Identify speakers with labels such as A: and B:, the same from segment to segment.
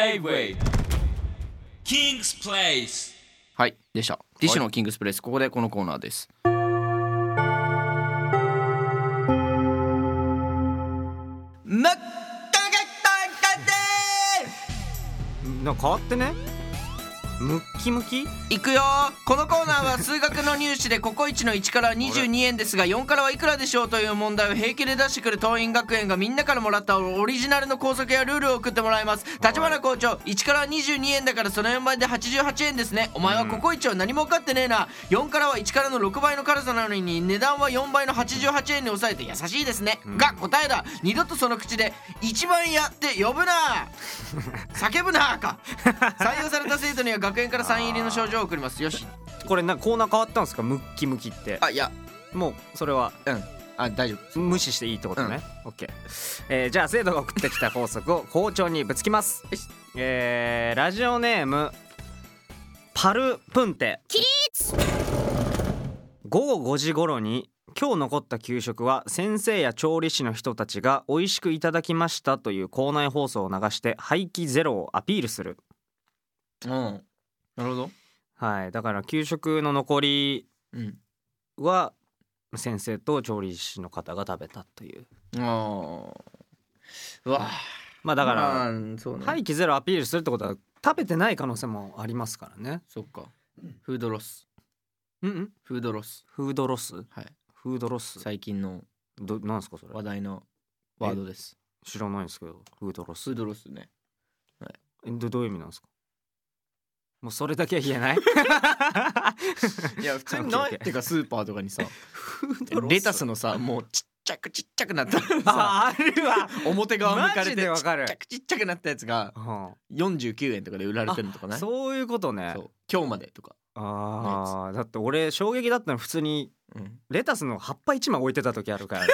A: J-Way King's Place
B: はいでしたティッシュのキングスプレスここでこのコーナーですむっか
C: なんか変わってねムッキムキ
B: いくよこのコーナーは数学の入試でココイチの1から22円ですが4からはいくらでしょうという問題を平気で出してくる桐蔭学園がみんなからもらったオリジナルの校則やルールを送ってもらいます立花校長1から22円だからその4倍で88円ですねお前はココイチを何も分かってねえな4からは1からの6倍の辛さなのに値段は4倍の88円に抑えて優しいですね、が答えだ二度とその口で「一番や」って呼ぶな叫ぶなか採用された生徒には学園からサイン入りの賞状を送りますよし
C: これなんかコーナー変わったんですかムッキムキって
B: あいや
C: もうそれは
B: うんあ大丈夫
C: 無視していいってことね、オッケー、えーじゃあ生徒が送ってきた法則を校長にぶつけます
B: よし
C: えーラジオネームパルプンテ
D: 起立
C: 午後5時頃に今日残った給食は先生や調理師の人たちが美味しくいただきましたという校内放送を流して廃棄ゼロをアピールする
B: うんなるほど
C: はいだから給食の残り
B: うん
C: は先生と調理師の方が食べたという
B: あーうわ
C: まあだから、
B: まあそうね
C: 廃棄ゼロアピールするってことは食べてない可能性もありますからね
B: そっかフードロス
C: うんうん
B: フードロス
C: フードロス
B: はい
C: フードロス
B: 最近の
C: どなんですかそれ
B: 話題のワードです
C: 知らないんですけどフードロス
B: フードロスね
C: えどどういう意味なんですかもうそれだけ は言えない
B: いや普
C: 通に
B: な
C: ないい
B: っ
C: ってて
B: かスーパーとかにさ
C: ロス
B: レタスのさもうちっちゃくちっちゃくなったさ
C: ああるわ
B: 表側向かれ
C: マジ
B: てち
C: でわ
B: っ
C: かる
B: ちゃくちっちゃくなったやつが49円とかで売られてるのとか
C: うん
B: ね
C: そういうことね
B: そう今日までとか
C: ああだって俺衝撃だったの普通に
B: うん
C: レタスの葉っぱ一枚置いてた時あ るから
B: い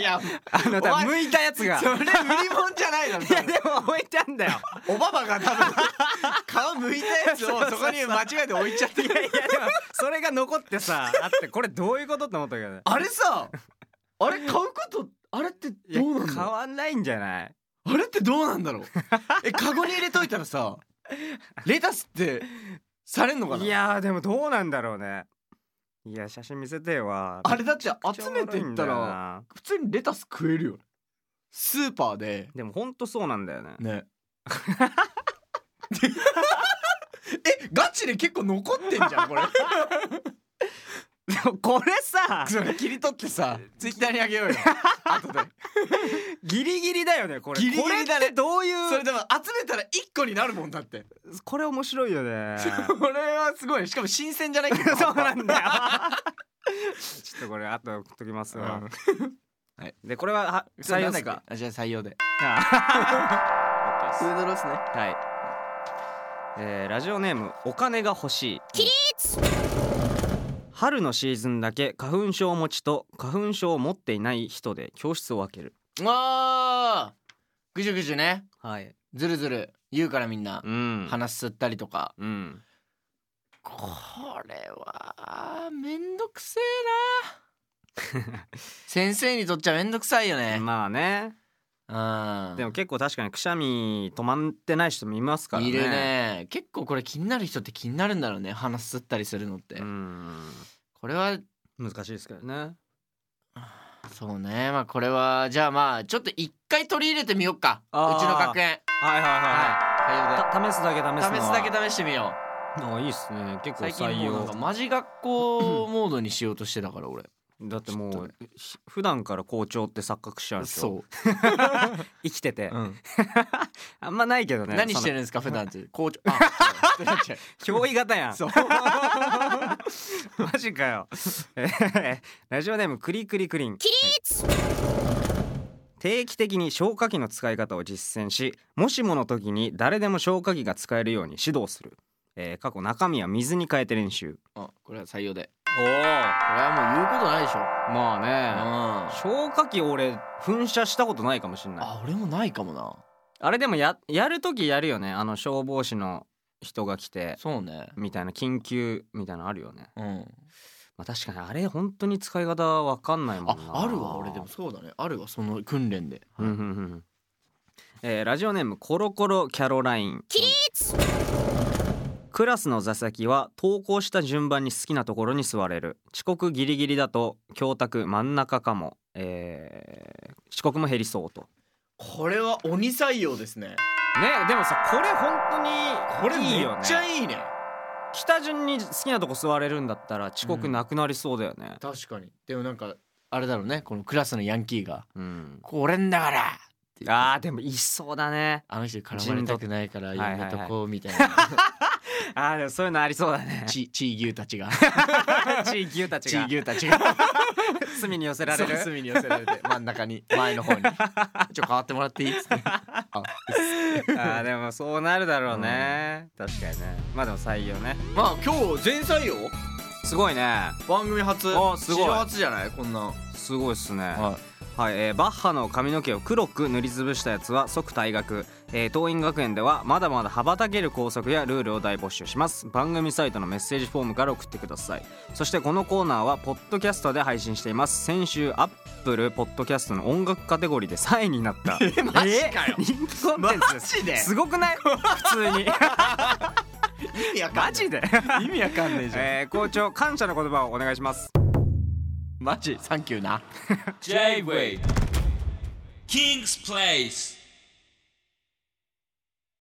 B: や
C: あの
B: お
C: だ
B: 前
C: 剥いたやつが
B: それ売り物じゃないだろ
C: いやでも置いてあんだよ
B: おばばが多分 皮むいたやつをそこに間違えて置いちゃって
C: いやいやでもそれが残ってさあってこれどういうことって思ったけどね
B: あれさあれ買うことあれって
C: い や
B: どうなんだ
C: 変
B: ろう
C: わんないんじゃない
B: あれってどうなんだろうえカゴに入れといたらさレタスってされんのかない
C: やーでもどうなんだろうねいや写真見せてよわ
B: あれだって集めていった
C: めちゃおもろいんだよ
B: ら
C: な
B: 普通にレタス食えるよスーパーで
C: でもほんとそうなんだよね
B: ね えガチで結構残ってんじゃんこれ
C: でもこれさ
B: それ切り取ってさツイッターにあげようよ後で
C: ギリギリだよねこれ
B: ギリギリだね
C: これってどうい う
B: それでも集めたら一個になるもんだって
C: これ面白い よね
B: これはすごいしかも新鮮じゃないけど
C: そうなんだ よちょっとこれ後で送っときますわ、はい、でこれはは
B: 採
C: 採
B: 用
C: 用
B: で
C: ですす
B: か
C: か
B: じゃあ採用で
C: あ OK です
B: ードロスね
C: はい、えーラジオネームお金が欲しい
D: 起立
C: 春のシーズンだけ花粉症持ちと花粉症を持っていない人で教室を分ける
B: あーぐじゅぐじゅね
C: はい
B: ずるずる言うからみんな
C: うん
B: 話すったりとか
C: うん
B: これはめんどくせえ な先生にとっちゃめんどくさいよね
C: まあね
B: うん
C: でも結構確かにくしゃみ止まってない人もいますからね
B: いるね結構これ気になる人って気になるんだろうね話すったりするのって、
C: うん
B: これは
C: 難しいですけどね
B: そうねまあこれはじゃあまあちょっと一回取り入れてみようかう
C: あー
B: ちの学園
C: はいはいは
B: はい
C: た試すだけ試す
B: い採用
C: の
B: で試すだけ
C: だ
B: 試してみよう
C: あいいっすね結構
B: 最近も
C: 採
B: うなんか
C: 用
B: マジ学校モードにしようとしてたから俺
C: だって
B: ちょ
C: も
B: っ
C: うひ普段から校長って錯覚しちゃうんですよ
B: そ
C: 生きてて
B: う、うん、
C: あんまないけどね
B: 何してるんです か普段って校長あ違う
C: その憑依型やん
B: そう
C: マジかよ。えーラジオネームクリクリクリン。
D: 起立
C: 定期的に消火器の使い方を実践し、もしもの時に誰でも消火器が使えるように指導する。えー過去中身は水に変えて練習。
B: あこれは採用で
C: おお。
B: これはもう言うことないでしょ
C: まあね。
B: あ
C: 消火器俺噴射したことないかもしんない。
B: あ俺もないかもな
C: あれでもややる時やるよね。あの消防士の人が来て
B: そうね
C: みたいな緊急みたいなのあるよね。
B: うん
C: まあ確かにあれ本当に使い方わかんないもんな。
B: ああるわ俺でも。そうだねあるわその訓練で、
C: うんうんうん。えーラジオネームコロコロキャロライン
E: 起立
C: クラスの座席は登校した順番に好きなところに座れる遅刻ギリギリだと教託真ん中かも、えー遅刻も減りそうと
B: これは鬼採用ですね
C: ねでもさこれ本
B: こ
C: 当
B: れ
C: にいい
B: めっ
C: よね
B: ちゃいいね
C: 来た順に好きなとこ座れるんだったら遅刻なくなりそうだよね、
B: 確かにでもなんかあれだろうねこのクラスのヤンキーが
C: うん
B: 「これんだから!」って言って
C: あーでもいそうだね
B: あの人に絡まれたくないから
C: 人道
B: やめとこうみたいな
C: あーでもそういうのありそうだね
B: ちちいぎゅうたちが
C: ちいぎゅうたち
B: ち い
C: が
B: ぎゅうたちが
C: 隅に寄せられ
B: そう
C: る
B: 隅に寄せられて真ん中に前の方に「ちょ変わってもらっていい?」っつってあ
C: あーでもそうなるだろうね、確かにねまあでも採用ね
B: まあ今日全採用
C: すごいね
B: 番組初
C: あすごい
B: 史上初じゃないこんなん
C: すごいっすね
B: は
C: はい、えーバッハの髪の毛を黒く塗りつぶしたやつは即退学、えー、桐蔭学園ではまだまだ羽ばたける校則やルールを大募集します番組サイトのメッセージフォームから送ってくださいそしてこのコーナーはポッドキャストで配信しています先週アップルポッドキャストの音楽カテゴリーで3位になった え
B: マジかよ
C: ー人気コンテンツです
B: マジです
C: ごくない普通に
B: 意味わかんない
C: マジ で、
B: 意味わかんねえじゃん
C: えー、校長感謝の言葉をお願いします
B: マジサンキューな
A: J-Way King's Place